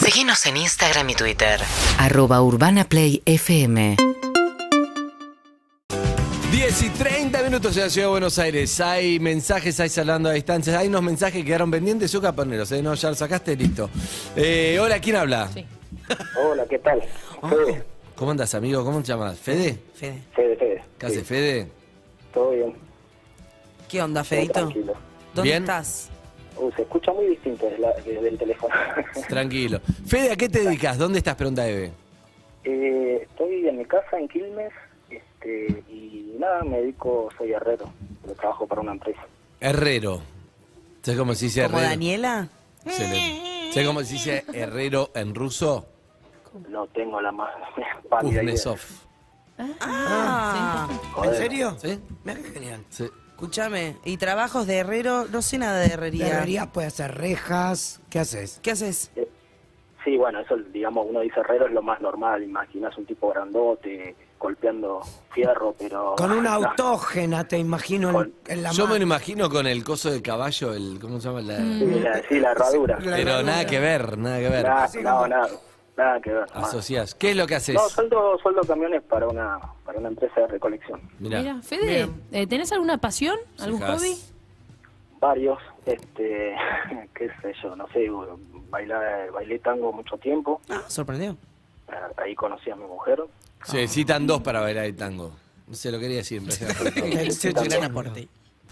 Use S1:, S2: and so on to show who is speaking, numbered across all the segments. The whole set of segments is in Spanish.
S1: Seguinos en Instagram y Twitter.
S2: Arroba Urbana Play FM.
S3: 10 y 30 minutos en la ciudad de Buenos Aires. Hay mensajes, hay salando a distancias. Hay unos mensajes que quedaron pendientes. Suca Perneros, ¿eh? No, ya lo sacaste, listo. Eh, hola, ¿quién habla?
S4: Hola, ¿qué tal? Fede,
S3: ¿Cómo andas, amigo? ¿Cómo te llamas? ¿Fede?
S5: Fede.
S4: Fede, Fede.
S3: ¿Qué haces,
S4: Sí,
S3: Fede?
S4: Todo bien,
S5: ¿Qué onda,
S4: todo
S5: Fedito?
S4: tranquilo.
S5: ¿Dónde
S3: Bien.
S5: estás?
S4: Uh, se escucha muy distinto desde, la- desde el teléfono.
S3: Tranquilo. Fede, ¿a qué te dedicas? ¿Dónde estás? Pregunta Eve.
S4: Eh, estoy en mi casa en Quilmes este, y nada, me dedico, soy herrero, pero trabajo para una empresa.
S3: Herrero. ¿Sabes cómo se dice
S5: ¿Como
S3: herrero?
S5: Daniela?
S3: Excelente. ¿Sabes cómo se dice herrero en ruso?
S4: No tengo la más pálida idea.
S3: Kuznetsov.
S5: Ah,
S4: Joder.
S6: ¿En serio?
S3: ¿Sí?
S6: Mira qué genial.
S3: Sí.
S5: escúchame. ¿Y trabajos de herrero? No sé nada de herrería.
S6: Herrería puede pues, hacer rejas. ¿Qué haces?
S5: ¿Qué haces?
S4: Sí, bueno, eso, digamos, uno dice herrero es lo más normal. Imaginas un tipo grandote golpeando fierro, pero...
S6: Con una
S4: no.
S6: autógena, te imagino, en-
S4: Con-
S6: en la
S3: Yo me lo
S6: mano. Mm.
S3: imagino con el coso de caballo, el ¿cómo se llama? La-
S4: Sí, la, sí, la herradura.
S3: Pero nada que ver, nada que ver.
S4: Nada, no, nada, nada que ver.
S3: Ah,
S4: nada.
S3: Asociás. ¿Qué es lo que haces?
S4: Ah. No, sueldo, sueldo camiones para una, para una empresa de recolección.
S3: Mirá.
S7: Mira, Fede, eh, ¿tenés alguna pasión? ¿Algún
S3: Fijás.
S7: hobby?
S4: Varios, este, qué sé yo, no sé, bailé, bailé tango mucho tiempo,
S5: Ah, sorprendió.
S4: eh, ahí conocí a mi mujer.
S3: Se necesitan dos para bailar el tango. No se lo quería siempre.
S6: Sí,
S5: Un gran
S6: sí.
S5: aporte.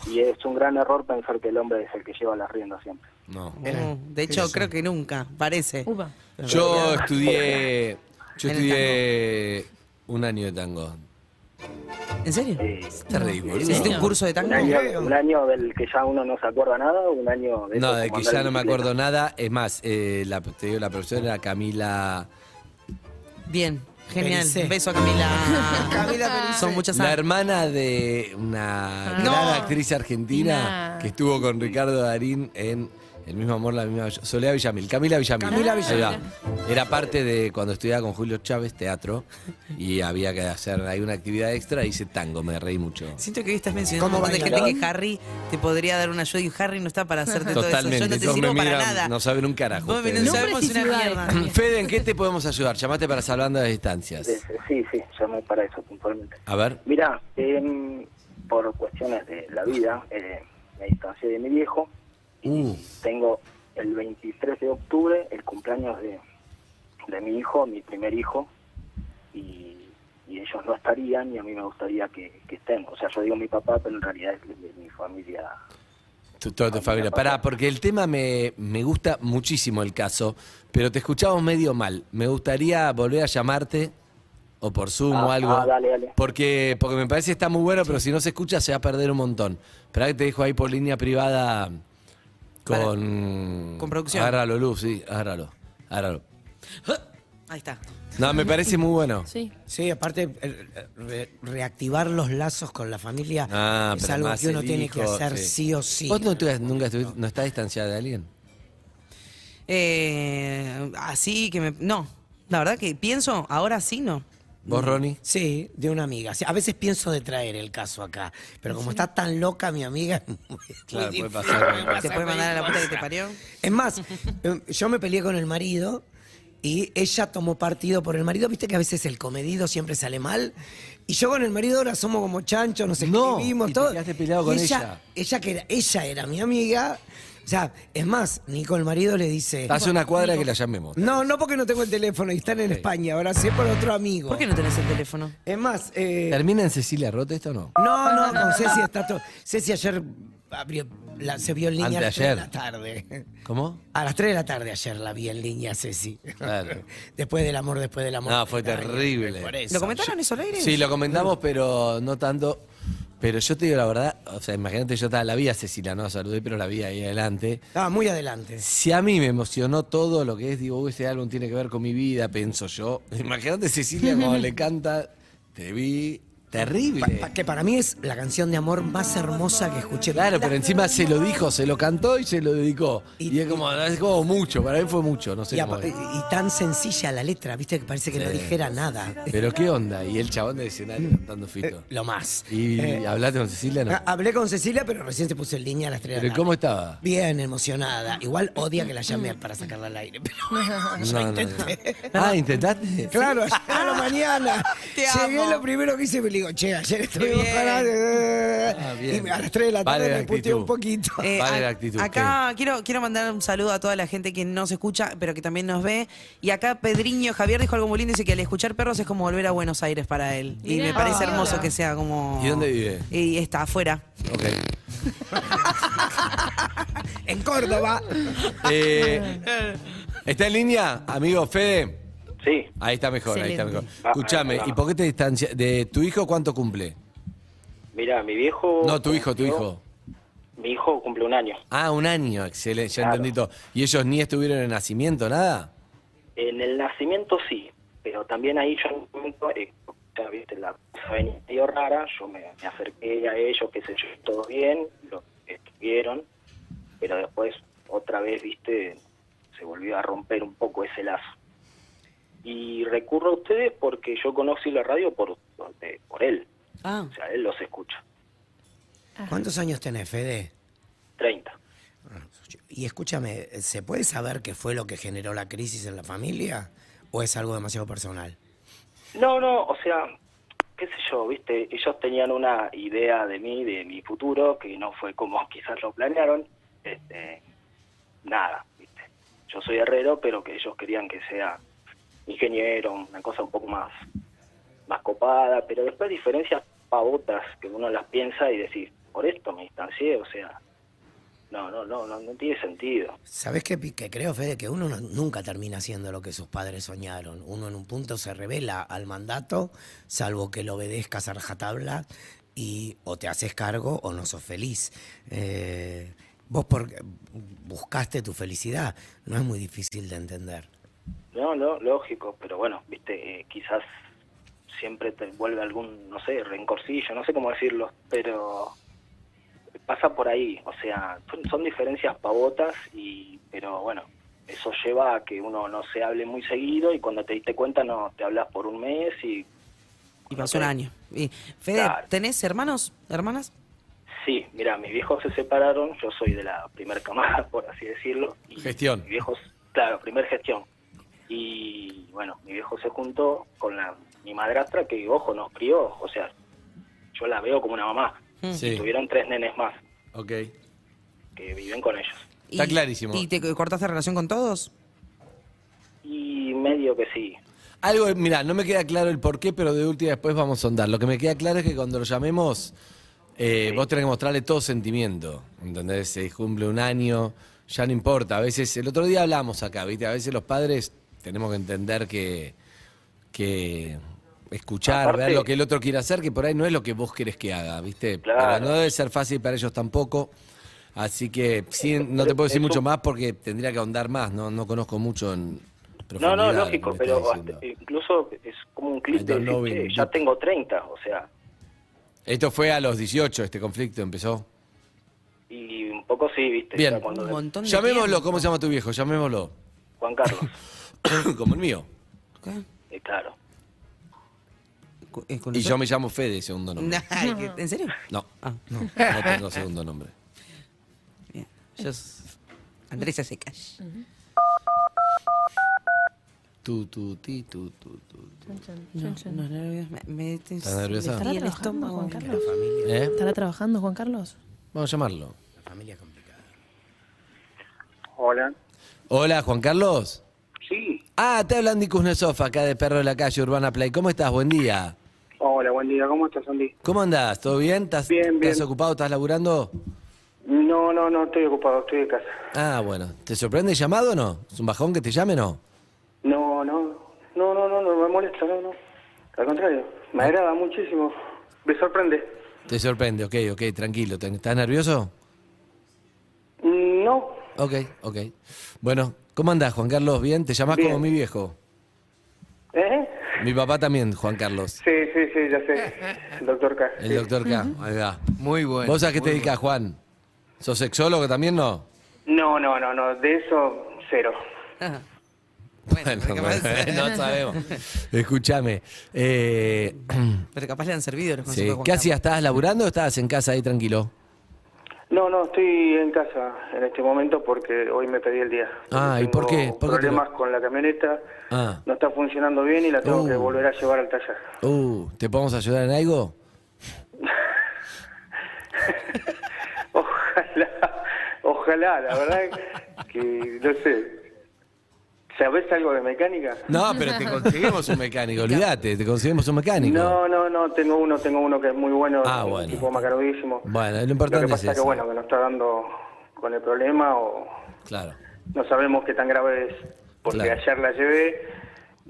S4: Y es un gran error pensar que el hombre es el que lleva las riendas siempre.
S3: No.
S6: Era-
S5: Uh, de hecho, creo que nunca, parece.
S7: Upa.
S3: Yo estudié. Yo
S5: En el
S3: estudié un año de tango. Este
S5: ¿En serio?
S4: Eh,
S3: Te reí, boludo.
S5: ¿Hiciste un curso de tango?
S4: un, año, un año del que ya uno no se acuerda nada, un año de...
S3: No,
S4: esos
S3: de
S4: como
S3: que
S4: andar
S3: ya
S4: en
S3: no me
S4: bicicleta.
S3: acuerdo nada. Es más, eh, la, te digo, la profesora era Camila.
S5: Bien, genial.
S6: Pericé.
S5: Beso a Camila.
S6: Camila Pericé.
S5: Son muchas
S3: La
S5: años.
S3: hermana de una
S7: Ah.
S3: gran
S5: No.
S3: actriz argentina
S7: Nah.
S3: que estuvo con Ricardo Darín en El mismo amor, la misma. Soledad Villamil. Camila Villamil.
S6: Camila
S3: Ahí
S6: Villamil.
S3: va. Era parte de cuando estudiaba con Julio Chávez teatro y había que hacer ahí una actividad extra. Hice tango, me reí mucho.
S5: Siento que hoy estás mencionando
S6: ¿Cómo
S5: un montón de
S6: bailar?
S5: gente que Harry te podría dar una ayuda y Harry no está para hacerte
S3: Totalmente.
S5: todo eso. Yo no
S3: todos
S5: te
S3: me
S5: sirvo para
S3: miran,
S5: nada.
S3: No saben un carajo.
S5: Vos
S3: ustedes.
S5: no
S7: Nombres
S5: sabemos
S7: y
S5: una
S7: ciudades.
S5: mierda.
S3: Fede, ¿en qué te podemos ayudar? Llamate para Salvando las Distancias.
S4: Sí, sí, sí, llamé para eso puntualmente.
S3: A ver.
S4: Mira, em, por cuestiones de la vida, eh, me distancié de mi viejo.
S3: Uh,
S4: Tengo el 23 de octubre el cumpleaños de, de mi hijo, mi primer hijo, y, y ellos no estarían y a mí me gustaría que, que estén. O sea, yo digo mi papá, pero en realidad es de, de mi familia.
S3: tu- toda tu familia. Pará, porque el tema me, me gusta muchísimo el caso, pero te escuchamos medio mal. Me gustaría volver a llamarte o por Zoom
S4: Ah,
S3: o algo.
S4: ah, dale, dale.
S3: Porque, porque me parece que está muy bueno, pero si no se escucha se va a perder un montón. Esperá que te dejo ahí por línea privada con...
S5: Con producción.
S3: Agárralo, Luz, sí, agárralo. Agárralo.
S5: Ahí está.
S3: No, me parece muy bueno.
S7: Sí.
S6: Sí, aparte, eh, re- reactivar los lazos con la familia
S3: Ah,
S6: es
S3: pero
S6: algo
S3: más
S6: que uno
S3: el
S6: tiene que
S3: hijo,
S6: hacer sí, o sí.
S3: ¿Vos no estuviste- nunca estuviste- no estás distanciada de alguien?
S5: Eh, así que me. No. La verdad que pienso, ahora sí no.
S3: ¿Vos, Ronnie?
S6: Mm. Sí, de una amiga. Sí, a veces pienso de traer el caso acá, pero como está tan loca mi amiga, es muy
S3: Claro, puede
S6: difícil.
S3: pasar, puede
S5: Te puede mandar a la puta que te parió.
S6: Es más, eh, yo me peleé con el marido y ella tomó partido por el marido. Viste que a veces el comedido siempre sale mal. Y yo con el marido ahora somos como chanchos, nos
S3: No,
S6: escribimos,
S3: y te
S6: todo.
S3: quedaste peleado con
S6: Y
S3: ella.
S6: ella. Ella, que era, ella era mi amiga. O sea, es más, Nico el marido le dice.
S3: Hace una cuadra que la llamemos.
S6: No, no porque no tengo el teléfono y están en España, ahora sí por otro amigo.
S5: ¿Por qué no tenés el teléfono?
S6: Es más, eh,
S3: ¿Termina en Cecilia Rote esto o no?
S6: No, no, con Ceci está todo. Ceci ayer abrió, la- se vio en línea a las 3 de la
S3: Anteayer.
S6: tarde.
S3: ¿Cómo?
S6: A las 3 de la tarde ayer la vi en línea, Ceci.
S3: Claro.
S6: Después del amor, después del amor.
S3: No, fue
S6: Ay,
S3: terrible.
S6: Por eso.
S5: ¿Lo comentaron eso al aire?
S3: Sí, lo comentamos, pero no tanto. Pero yo te digo la verdad, o sea, imagínate, yo estaba, la vi a Cecilia, no la saludé, pero la vi ahí adelante.
S6: Estaba muy adelante.
S3: Si a mí me emocionó todo lo que es, digo, "Uy, este álbum tiene que ver con mi vida, pienso yo. Imagínate Cecilia cuando le canta, te vi, Terrible.
S6: Pa- que para mí es la canción de amor más hermosa que escuché.
S3: Claro,
S6: La-
S3: pero encima se lo dijo, se lo cantó y se lo dedicó.
S6: Y-
S3: Y, es, como, es como mucho, para mí fue mucho, no sé
S6: y,
S3: cómo
S6: apa-
S3: es.
S6: y- y tan sencilla la letra, viste, que parece que no dijera nada.
S3: Pero qué onda, y el chabón de escenario cantando fito.
S6: Lo más.
S3: Y
S6: Eh, ah.
S3: hablaste con Cecilia, no.
S6: ha- Hablé con Cecilia, pero recién se puso en línea a las 3 de la
S3: Pero ¿cómo estaba?
S6: Bien emocionada. Igual odia que la llame
S5: Mm.
S6: para sacarla al aire. Pero bueno,
S3: No,
S6: yo
S3: no, no.
S6: intenté.
S3: Ah, ¿intentaste?
S6: Claro, ayer a la mañana.
S5: Te
S6: llegué,
S5: amo.
S6: lo primero que hice, me digo, che, ayer estuve
S5: Bien.
S3: Ah,
S6: y
S3: bien.
S6: me- a las 3 de la tarde
S3: Vale la
S6: me puteé
S3: actitud.
S6: un poquito.
S5: Eh,
S3: Vale
S5: ac-
S3: la actitud,
S5: Acá quiero, quiero mandar un saludo a toda la gente que nos escucha, pero que también nos ve. Y acá Pedriño Javier dijo algo muy lindo, dice que al escuchar perros es como volver a Buenos Aires para él. Y
S7: Mirá.
S5: me parece
S7: Ah.
S5: hermoso que sea como...
S3: ¿Y dónde vive?
S5: Y está afuera.
S3: Ok.
S6: En Córdoba.
S3: Eh, ¿Está en línea, amigo Fede?
S4: Sí,
S3: Ahí está mejor, ahí está mejor.
S7: Excelente.
S3: Escúchame, ¿y por qué te distancia? ¿De tu hijo cuánto cumple?
S4: mira, mi viejo...
S3: No, tu hijo, tu
S4: cumplió-
S3: hijo.
S4: Mi hijo cumple un año.
S3: Ah, un año, excelente, ya
S4: Claro.
S3: entendí todo. ¿Y ellos ni estuvieron en nacimiento, nada?
S4: En el nacimiento sí, pero también ahí yo en un momento, eh, ya viste, la cosa venía medio rara, yo me, me acerqué a ellos, qué sé yo, todo bien, lo estuvieron, pero después otra vez, viste, se volvió a romper un poco ese lazo. Y recurro a ustedes porque yo conocí la radio por, de- por él,
S5: Ah.
S4: o sea, él los escucha,
S6: ¿Cuántos años tenés, Fede?
S4: 30.
S6: Y escúchame, ¿se puede saber qué fue lo que generó la crisis en la familia? ¿O es algo demasiado personal?
S4: No, no, o sea, qué sé yo, viste, ellos tenían una idea de mí, de mi futuro, que no fue como quizás lo planearon, este, nada, viste. Yo soy herrero, pero que ellos querían que sea ingeniero, una cosa un poco más, más copada, pero después diferencias pavotas que uno las piensa y decís, por esto me distancié, o sea, no, no, no, no, no tiene sentido.
S6: ¿Sabés qué, pi- qué creo, Fede? Que uno no- nunca termina siendo lo que sus padres soñaron. Uno en un punto se revela al mandato, salvo que lo obedezcas a rajatabla y o te haces cargo o no sos feliz. Eh, vos por- buscaste tu felicidad. No es muy difícil de entender.
S4: No, no, lógico, pero bueno, viste, eh, quizás siempre te vuelve algún, no sé, rencorcillo, no sé cómo decirlo, pero pasa por ahí, o sea, son, son diferencias pavotas y, pero bueno, eso lleva a que uno no se hable muy seguido y cuando te diste cuenta no te hablas por un mes y
S5: Y pasó un año. Y, Fede,
S4: Claro.
S5: ¿tenés hermanos, hermanas?
S4: sí, mira, mis viejos se separaron, yo soy de la primer camada, por así decirlo. Y
S3: Gestión.
S4: Mis viejos, claro, primer gestión. Y bueno, mi viejo se juntó con la, mi madrastra que, ojo, nos crió, o sea, yo la veo como una mamá.
S3: Sí.
S4: Tuvieron tres nenes más
S3: Ok.
S4: que viven con ellos.
S3: Está
S5: Y-
S3: clarísimo.
S5: ¿Y te cortaste relación con todos?
S4: Y medio que sí.
S3: Algo, mira, no me queda claro el por qué, pero de última después vamos a ahondar. Lo que me queda claro es que cuando lo llamemos, eh, vos tenés que mostrarle todo sentimiento. ¿Entendés? Se cumple un año, ya no importa. A veces, el otro día hablamos acá, ¿viste? A veces los padres tenemos que entender que. que escuchar,
S4: Aparte-
S3: ver lo que el otro quiere hacer, que por ahí no es lo que vos querés que haga, ¿viste?
S4: Claro.
S3: Pero no debe ser fácil para ellos tampoco. Así que sí, no te puedo decir mucho más porque tendría que ahondar más, no, no conozco mucho en
S4: No, no,
S3: profundidad lo que
S4: lógico,
S3: me estás
S4: pero
S3: diciendo.
S4: hasta- incluso es como un clip
S3: I
S4: de
S3: don't know
S4: decir,
S3: in
S4: "Che, ya
S3: deep".
S4: tengo 30, o sea,
S3: Esto fue a los 18, este conflicto empezó.
S4: y un poco sí, viste.
S3: Bien.
S4: Ya cuando-
S5: Un montón de
S3: Llamémoslo,
S5: tiempo.
S3: ¿cómo se llama tu viejo? Llamémoslo.
S4: Juan Carlos,
S3: Como el mío.
S5: ¿Qué?
S4: eh, claro.
S5: Cu- eh, con
S3: Y yo
S5: nosotros.
S3: me llamo Fede, segundo nombre.
S5: Ay, ¿qué- ¿En serio?
S3: No,
S5: Ah,
S3: no, no tengo segundo nombre.
S5: bien. Yo s- Andrés hace cash.
S3: Tu, tu, ti, tu, tu, tu. tu.
S5: No, no, nervios. Me, me-
S3: ¿Estás nerviosa?
S5: me
S7: ¿Estará
S5: fría el
S7: trabajando,
S5: estómago.
S7: Juan Carlos?
S3: ¿Eh?
S7: ¿Estará trabajando, Juan Carlos?
S3: Vamos a llamarlo.
S6: La familia es complicada.
S8: Hola.
S3: Hola, Juan Carlos.
S8: Sí.
S3: Ah, te habla Andy Kuznetsov, acá de Perro de la Calle, Urbana Play. ¿Cómo estás? Buen día.
S8: Hola, buen día. ¿Cómo estás, Andy?
S3: ¿Cómo andás? ¿Todo bien? ¿Estás,
S8: Bien, bien.
S3: ¿Estás ocupado? ¿Estás laburando?
S8: No, no, no, estoy ocupado, estoy de casa.
S3: Ah, bueno. ¿Te sorprende el llamado o no? ¿Es un bajón que te llame o no?
S8: No, no, no, no, no, no me molesta, no, no. Al contrario, me agrada muchísimo. Me sorprende.
S3: Te sorprende, ok, ok, tranquilo. ¿Te- ¿Estás nervioso?
S8: No,
S3: Ok, ok. Bueno, ¿cómo andás, Juan Carlos? ¿Bien? ¿Te llamás
S8: Bien.
S3: como mi viejo?
S8: ¿eh?
S3: Mi papá también, Juan Carlos.
S4: Sí, sí, sí, ya sé. El doctor K.
S3: El
S4: sí.
S3: doctor K. Ahí va.
S9: Muy bueno.
S3: ¿Vos a qué
S9: muy
S3: te dedicas, Juan? ¿Sos sexólogo también, no?
S4: No, no, no, no. De eso, cero.
S5: Bueno, pero capaz,
S3: no sabemos. Escúchame. eh,
S5: pero capaz le han servido los consejos.
S3: sí,
S5: de Juan
S3: ¿Qué
S5: Carlos.
S3: hacías? ¿Estabas laburando o estabas en casa ahí tranquilo?
S4: No, no, estoy en casa en este momento porque hoy me pedí el día.
S3: Ah, ¿y
S4: Tengo
S3: por qué? ¿Por qué te
S4: problemas con la camioneta,
S3: Ah.
S4: no está funcionando bien y la tengo
S3: Uh.
S4: que volver a llevar al taller.
S3: Uh, ¿Te podemos ayudar en algo?
S4: Ojalá, ojalá, la verdad que, no sé. ¿Sabés algo de mecánica?
S3: No, pero te conseguimos un mecánico, olvídate, te conseguimos un mecánico.
S4: No, no, no, tengo uno, tengo uno que es muy bueno,
S3: Ah,
S4: un
S3: bueno.
S4: tipo macarodísimo.
S3: Bueno, lo
S4: Lo
S3: importante
S4: que
S3: es
S4: pasa que
S3: eso.
S4: bueno, que no está dando con el problema o
S3: Claro.
S4: No sabemos qué tan grave es, porque
S3: Claro.
S4: ayer la llevé,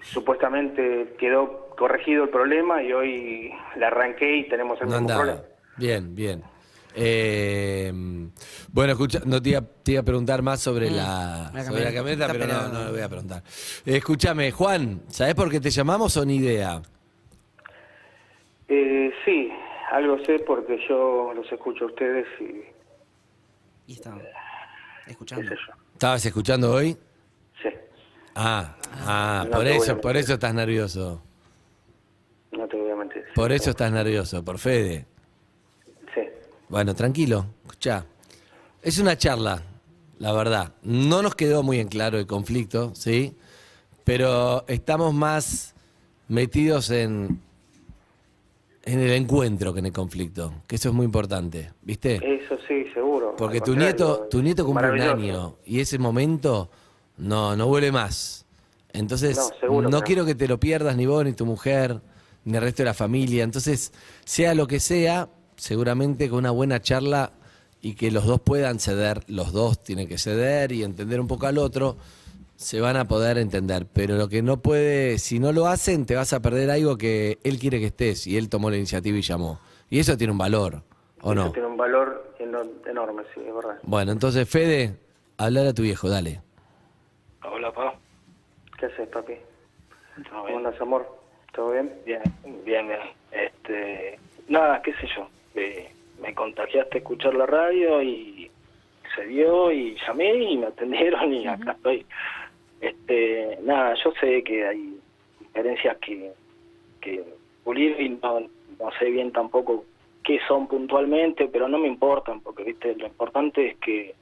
S4: supuestamente quedó corregido el problema y hoy la arranqué y tenemos el
S3: No
S4: mismo
S3: andaba.
S4: problema.
S3: Bien, bien. Eh, bueno, escucha, no te iba, te iba a preguntar más sobre Mm, la,
S5: la
S3: sobre la camioneta,
S5: camioneta,
S3: pero no,
S5: pero-
S3: no lo voy a preguntar. Eh, escúchame, Juan, ¿sabés por qué te llamamos o ni idea?
S4: Eh, sí, algo sé porque yo los escucho a ustedes y
S5: Y estaba
S4: qué
S5: escuchando.
S4: sé yo.
S3: ¿Estabas escuchando hoy?
S4: Sí,
S3: Ah, ah,
S4: No
S3: por
S4: te voy a
S3: eso,
S4: mentir.
S3: por eso estás nervioso.
S4: no te voy a mentir.
S3: Por eso estás nervioso, por Fede.
S4: Sí,
S3: Bueno, tranquilo, escuchá. Es una charla, la verdad. No nos quedó muy en claro el conflicto, ¿sí? Pero estamos más metidos en, en el encuentro que en el conflicto, que eso es muy importante, ¿viste?
S4: eso sí, seguro.
S3: Porque
S4: al
S3: tu nieto,
S4: contrario,
S3: tu nieto cumple un
S4: maravilloso.
S3: año y ese momento no, no vuelve más. Entonces,
S4: No, seguro
S3: no
S4: que no.
S3: quiero que te lo pierdas ni vos, ni tu mujer, ni el resto de la familia. Entonces, sea lo que sea, seguramente con una buena charla y que los dos puedan ceder, los dos tienen que ceder y entender un poco al otro, se van a poder entender. Pero lo que no puede, si no lo hacen, te vas a perder algo que él quiere que estés y él tomó la iniciativa y llamó. Y eso tiene un valor, ¿o
S4: Eso
S3: no?
S4: Tiene un valor eno- enorme, sí, es verdad.
S3: Bueno, entonces, Fede, hablar a tu viejo, dale.
S10: Hola, pa.
S4: ¿Qué haces, papi?
S10: ¿Todo
S4: ¿Cómo andas, amor? ¿Todo bien?
S10: Bien, bien, bien. Este, nada, qué sé yo. Eh, me contagiaste a escuchar la radio y se dio y llamé y me atendieron y acá estoy. Este, nada, yo sé que hay diferencias que, que pulir y no, no sé bien tampoco qué son puntualmente, pero no me importan porque, viste, lo importante es que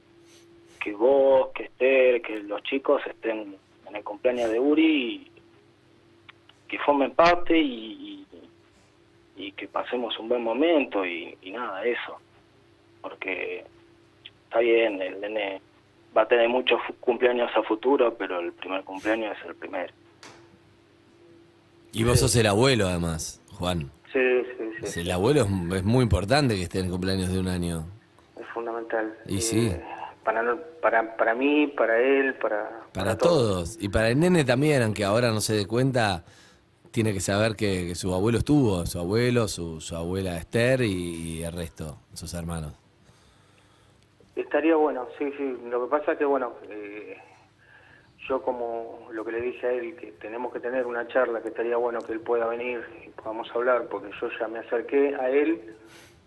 S10: que vos, que Esther, que los chicos estén en el cumpleaños de Uri y, que formen parte y, y- y que pasemos un buen momento y, y nada, eso. Porque está bien, el nene va a tener muchos fu- cumpleaños a futuro, pero el primer cumpleaños es el primer.
S3: Y vos sos el abuelo, además, Juan.
S4: Sí, sí, sí.
S3: El abuelo es, es muy importante que esté en el cumpleaños de un año.
S4: Es fundamental. Eh,
S3: Y sí.
S4: Para, no- para, para mí, para él, para...
S3: Para todos. Y para el nene también, aunque ahora no se dé cuenta, tiene que saber que, que su abuelo estuvo, su abuelo, su, su abuela Esther y, y el resto, sus hermanos.
S4: Estaría bueno, sí, sí. Lo que pasa es que, bueno, eh, yo como lo que le dije a él, que tenemos que tener una charla, que estaría bueno que él pueda venir y podamos hablar, porque yo ya me acerqué a él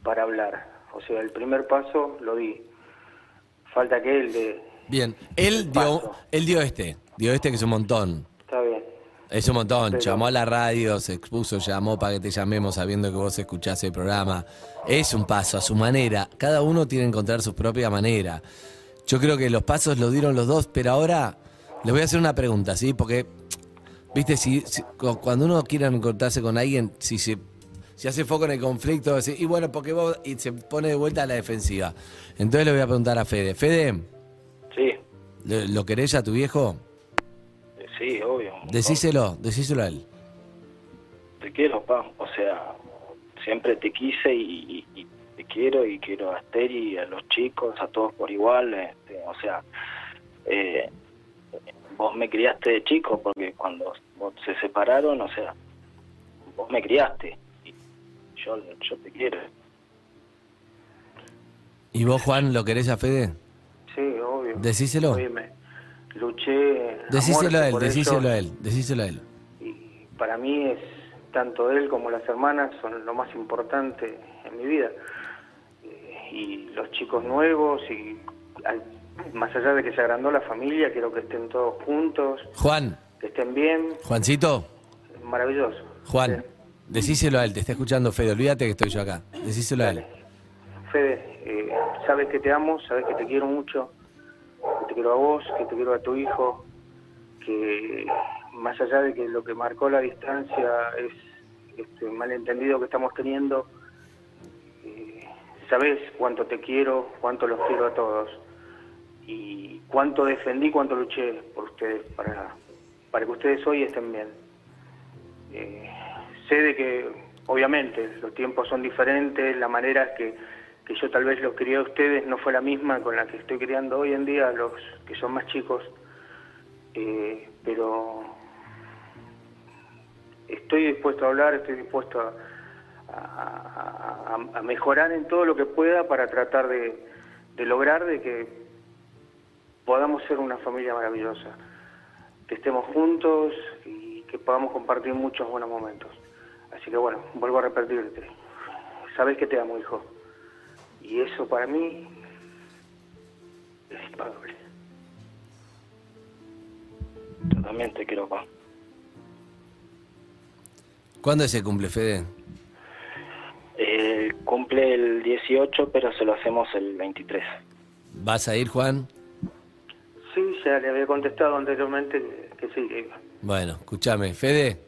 S4: para hablar. O sea, el primer paso lo di. Falta que él de...
S3: Bien, él dio,
S4: Paso.
S3: él dio este, dio este que es un montón.
S4: Está bien.
S3: Es un montón,
S4: Pero-
S3: llamó a la radio, se expuso, llamó para que te llamemos sabiendo que vos escuchás el programa. Es un paso a su manera, cada uno tiene que encontrar su propia manera. Yo creo que los pasos los dieron los dos, pero ahora les voy a hacer una pregunta, ¿sí? Porque, viste, si, si- cu- cuando uno quiere encontrarse con alguien, si se si hace foco en el conflicto, así, y bueno, porque vos, y se pone de vuelta a la defensiva. Entonces le voy a preguntar a Fede, Fede,
S10: Sí,
S3: ¿lo, lo querés a tu viejo?
S10: sí, obvio.
S3: Decíselo, decíselo a él.
S10: Te quiero, pa. O sea, siempre te quise y, y- y te quiero y quiero a Esther y a los chicos, a todos por igual. este, o sea, eh, vos me criaste de chico porque cuando vos se separaron, o sea, vos me criaste. Y yo, yo te quiero.
S3: ¿Y vos, Juan, lo querés a Fede?
S4: Sí, obvio.
S3: Decíselo.
S4: Oye, me- luché... a
S3: Decíselo
S4: muerte
S3: a él,
S4: por ello
S3: decíselo a él, decíselo a él.
S4: Y para mí es tanto él como las hermanas son lo más importante en mi vida. Eh, Y los chicos nuevos y al- más allá de que se agrandó la familia, quiero que estén todos juntos,
S3: Juan,
S4: que estén bien,
S3: Juancito,
S4: maravilloso.
S3: Juan, decíselo a él, te está escuchando Fede, olvídate que estoy yo acá. Decíselo a él.
S4: Fede, eh, sabes que te amo, sabes que te quiero mucho, que te quiero a vos, que te quiero a tu hijo, que más allá de que lo que marcó la distancia es este malentendido que estamos teniendo, eh, sabes cuánto te quiero, cuánto los quiero a todos y cuánto defendí, cuánto luché por ustedes para, para que ustedes hoy estén bien. Eh, sé de que, obviamente, los tiempos son diferentes, la manera que, que yo tal vez los crié a ustedes no fue la misma con la que estoy criando hoy en día a los que son más chicos, Eh, pero estoy dispuesto a hablar, estoy dispuesto a, a- a- a mejorar en todo lo que pueda para tratar de, de lograr de que podamos ser una familia maravillosa que estemos juntos y que podamos compartir muchos buenos momentos. Así que bueno, vuelvo a repetirte. Sabes que te amo, hijo. Y eso para mí es impagable.
S11: Yo también te quiero, papá.
S3: ¿Cuándo es el cumple, Fede?
S11: Eh, cumple el 18, pero se lo hacemos el 23.
S3: ¿Vas a ir, Juan?
S4: Sí, ya le había contestado anteriormente que- que sí, que iba.
S3: Bueno, escúchame, Fede,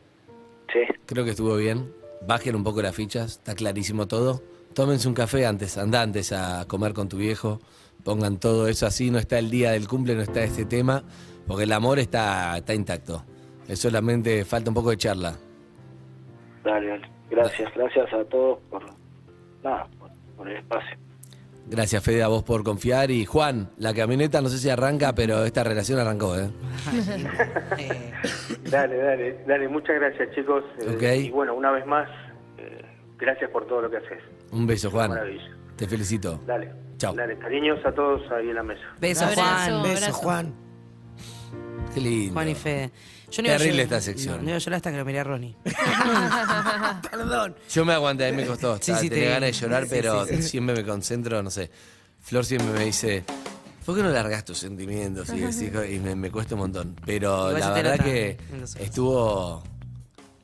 S11: Sí,
S3: creo que estuvo bien. Bajen un poco las fichas, está clarísimo todo. Tómense un café antes, anda antes a comer con tu viejo. Pongan todo eso así, no está el día del cumple, no está este tema, porque el amor está, está intacto. Es solamente falta un poco de charla.
S11: dale, dale. Gracias, gracias a todos por nada, por, por el espacio.
S3: Gracias, Fede, a vos por confiar. Y Juan, la camioneta no sé si arranca, pero esta relación arrancó, ¿eh?
S5: Eh,
S4: Dale, dale, dale. Muchas gracias, chicos. Eh,
S3: Ok.
S4: Y bueno, una vez más, eh, gracias por todo lo que haces.
S3: Un beso, Juan.
S4: Maravilla.
S3: Te felicito.
S4: Dale.
S3: Chau.
S4: Dale, cariños a todos ahí en la mesa.
S5: besos,
S7: Un abrazo.
S5: Juan.
S6: Beso,
S7: abrazo.
S6: Juan.
S3: Qué lindo.
S5: Juan y Fede. Yo
S3: Terrible
S5: llorar-
S3: esta sección.
S5: No, no iba a llorar hasta que lo miré a Ronnie.
S6: Perdón.
S3: Yo me aguanté, a mí me costó.
S5: Sí,
S3: estaba-
S5: sí,
S3: tenía
S5: te-
S3: ganas de llorar,
S5: sí,
S3: pero
S5: sí, sí.
S3: siempre me concentro, no sé. Flor siempre me dice, ¿por qué no largas tus sentimientos? Y, decís co- y me, me cuesta un montón. Pero
S5: Igual
S3: la
S5: se te
S3: verdad
S5: nota
S3: que
S5: en los ojos.
S3: estuvo...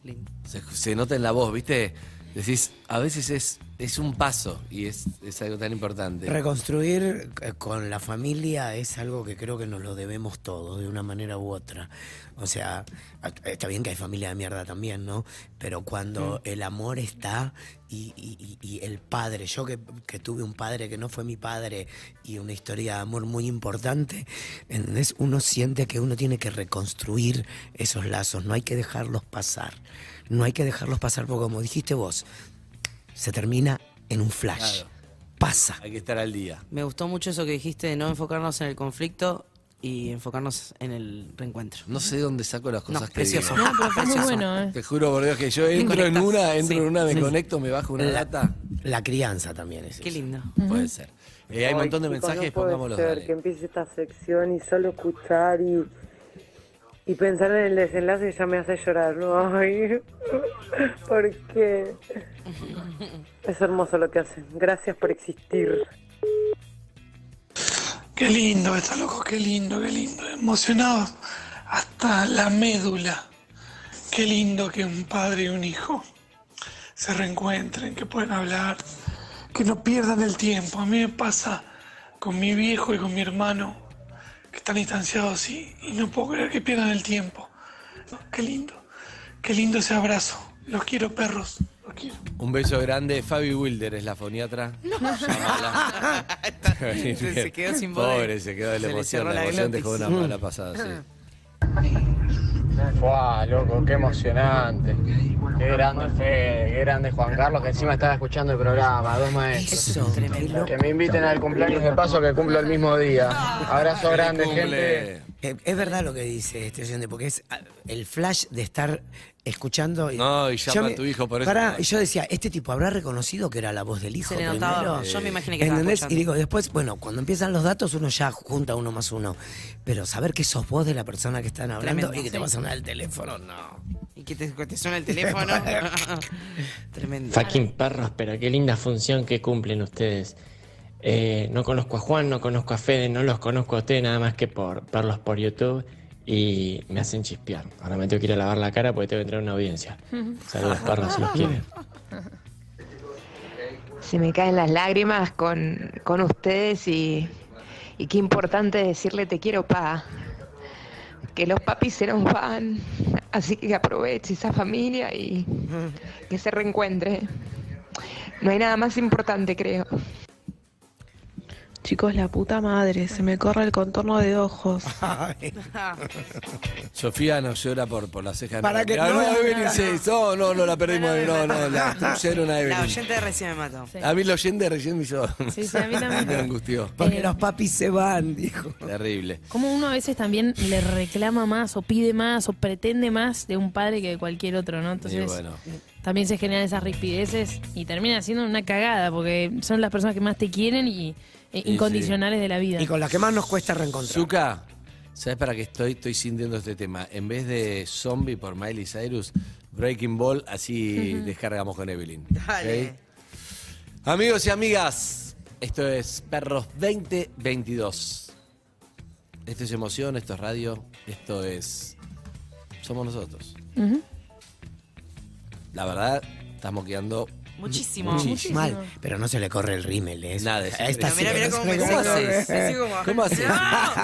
S5: Lindo.
S3: Se, se nota en la voz, ¿viste? Decís, a veces es, es un paso y es, es algo tan importante.
S6: Reconstruir eh, con la familia es algo que creo que nos lo debemos todos, de una manera u otra. O sea, a- está bien que hay familia de mierda también, ¿no? Pero cuando el amor está y, y- y- y el padre, yo que, que tuve un padre que no fue mi padre y una historia de amor muy importante, ¿entendés? Uno siente que uno tiene que reconstruir esos lazos, no hay que dejarlos pasar. No hay que dejarlos pasar porque como dijiste vos, se termina en un flash.
S3: Claro.
S6: Pasa.
S3: Hay que estar al día.
S5: Me gustó mucho eso que dijiste de no enfocarnos en el conflicto y enfocarnos en el reencuentro.
S3: No sé dónde saco las cosas
S5: No,
S3: que
S5: precioso.
S3: digo.
S7: No, Ah, pero fue muy
S5: Precioso.
S7: bueno, ¿eh?
S3: Te juro por Dios que yo entro en
S5: conectás.
S3: una, entro
S5: Sí,
S3: en una, me
S5: sí.
S3: conecto, me bajo una
S6: La-
S3: lata.
S6: La crianza también es
S5: Qué
S6: eso.
S5: lindo.
S3: Puede ser. Eh, hay un montón de mensajes, pongámoslos. dale.
S12: empiece esta sección y solo escuchar y, y pensar en el desenlace ya me hace llorar, ¿no? Ay, porque es hermoso lo que hacen. Gracias por existir.
S10: Qué lindo, está loco, qué lindo, qué lindo. Emocionado hasta la médula. Qué lindo que un padre y un hijo se reencuentren, que puedan hablar, que no pierdan el tiempo. A mí me pasa con mi viejo y con mi hermano, que están distanciados y, y no puedo creer que pierdan el tiempo. Qué lindo, qué lindo ese abrazo. Los quiero, perros, los quiero.
S3: Un beso grande. Fabi Wilder es la foniatra. Llámala.
S5: Se quedó sin voz.
S3: Pobre, se quedó de la
S5: Se le
S3: emoción. La
S5: cerró la
S3: emoción dejó
S5: glotis. Mm.
S3: una mala pasada, sí.
S13: ¡Guau, loco! ¡Qué emocionante! ¡Qué grande Fede! ¡Qué grande Juan Carlos! Que encima estaba escuchando el programa. Dos maestros.
S6: Eso,
S5: Tremendo.
S13: Que me inviten al cumpleaños de paso que cumplo el mismo día. Abrazo grande,
S3: Cumple.
S13: gente.
S6: Eh, Es verdad lo que dice este oyente, porque es ah, el flash de estar escuchando.
S3: No, y llama
S6: Yo
S3: a tu hijo por eso.
S6: Pará, y yo decía, este tipo habrá reconocido que era la voz del hijo.
S5: le
S6: primero?
S5: notaba, yo me imaginé que estaba
S6: ¿Entendés? Y
S5: escuchando.
S6: digo, después, bueno, cuando empiezan los datos, uno ya junta uno más uno. Pero saber que sos vos de la persona que están hablando
S5: Tremendo.
S6: y que
S5: Sí.
S6: te
S5: Eh,
S6: va a sonar el teléfono, no.
S5: Y que te, que te suena el teléfono. Tremendo.
S14: Fucking perros, pero qué linda función que cumplen ustedes. Eh, no conozco a Juan, no conozco a Fede, no los conozco a ustedes nada más que por verlos por YouTube y me hacen chispear. Ahora me tengo que ir a lavar la cara porque tengo que entrar a una audiencia. Saludos perros si los quieren.
S15: Se me caen las lágrimas con, con ustedes y, y qué importante decirle te quiero, pa. Que los papis se nos van, así que aproveche esa familia y
S5: Mm.
S15: que se reencuentre. No hay nada más importante, creo.
S16: Chicos, la puta madre, se me corre el contorno de ojos.
S3: Sofía nos llora por, por las cejas.
S5: Para
S3: de
S5: que
S3: no,
S5: no-
S3: Evelyn Seis. No, no, no, la perdimos. No, no, la destruyeron a
S5: La
S3: Evelyn.
S5: oyente de recién me mató.
S3: A mí la oyente recién me hizo.
S7: Sí, sí, a mí también.
S3: me angustió.
S6: Porque los papis se van, dijo.
S3: Terrible.
S7: Como uno a veces también le reclama más o pide más o pretende más de un padre que de cualquier otro, ¿no? Entonces
S3: Y bueno.
S7: también se generan esas rispideces y termina siendo una cagada porque son las personas que más te quieren y eh,
S3: sí.
S7: incondicionales de la vida.
S6: más nos cuesta reencontrar.
S3: Zuka, ¿sabes para qué estoy? Estoy sintiendo este tema. En vez de Zombie por Miley Cyrus, Breaking Ball, así descargamos con Evelyn.
S5: Dale.
S3: ¿ok? Amigos y amigas, esto es Perros 2022. Esto es emoción, esto es radio, esto es. Somos nosotros.
S7: Ujú.
S3: La verdad, estamos quedando.
S5: Muchísimo.
S3: Muchísimo.
S6: Mal, pero no se le corre el rímel, ¿eh?
S3: Nada, es
S6: A esta
S3: increíble. Mira, mira
S6: sí que no
S3: cómo
S6: se
S3: me
S6: le corre.
S3: sigo, me sigo como- ¿Cómo haces?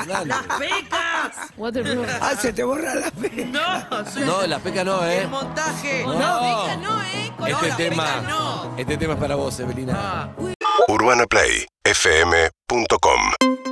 S5: ¡No! ¡Las becas!
S7: Waterproof.
S6: Ah, se te borra la fe.
S5: ¡No! soy-
S3: No, las pecas no, ¿eh?
S5: ¡El montaje!
S3: No.
S5: becas no, ¿eh? Con-
S3: Este
S5: no,
S3: tema. Ah.
S5: Las becas no.
S3: Este tema es para vos, Evelina.
S17: UrbanaPlayFM.com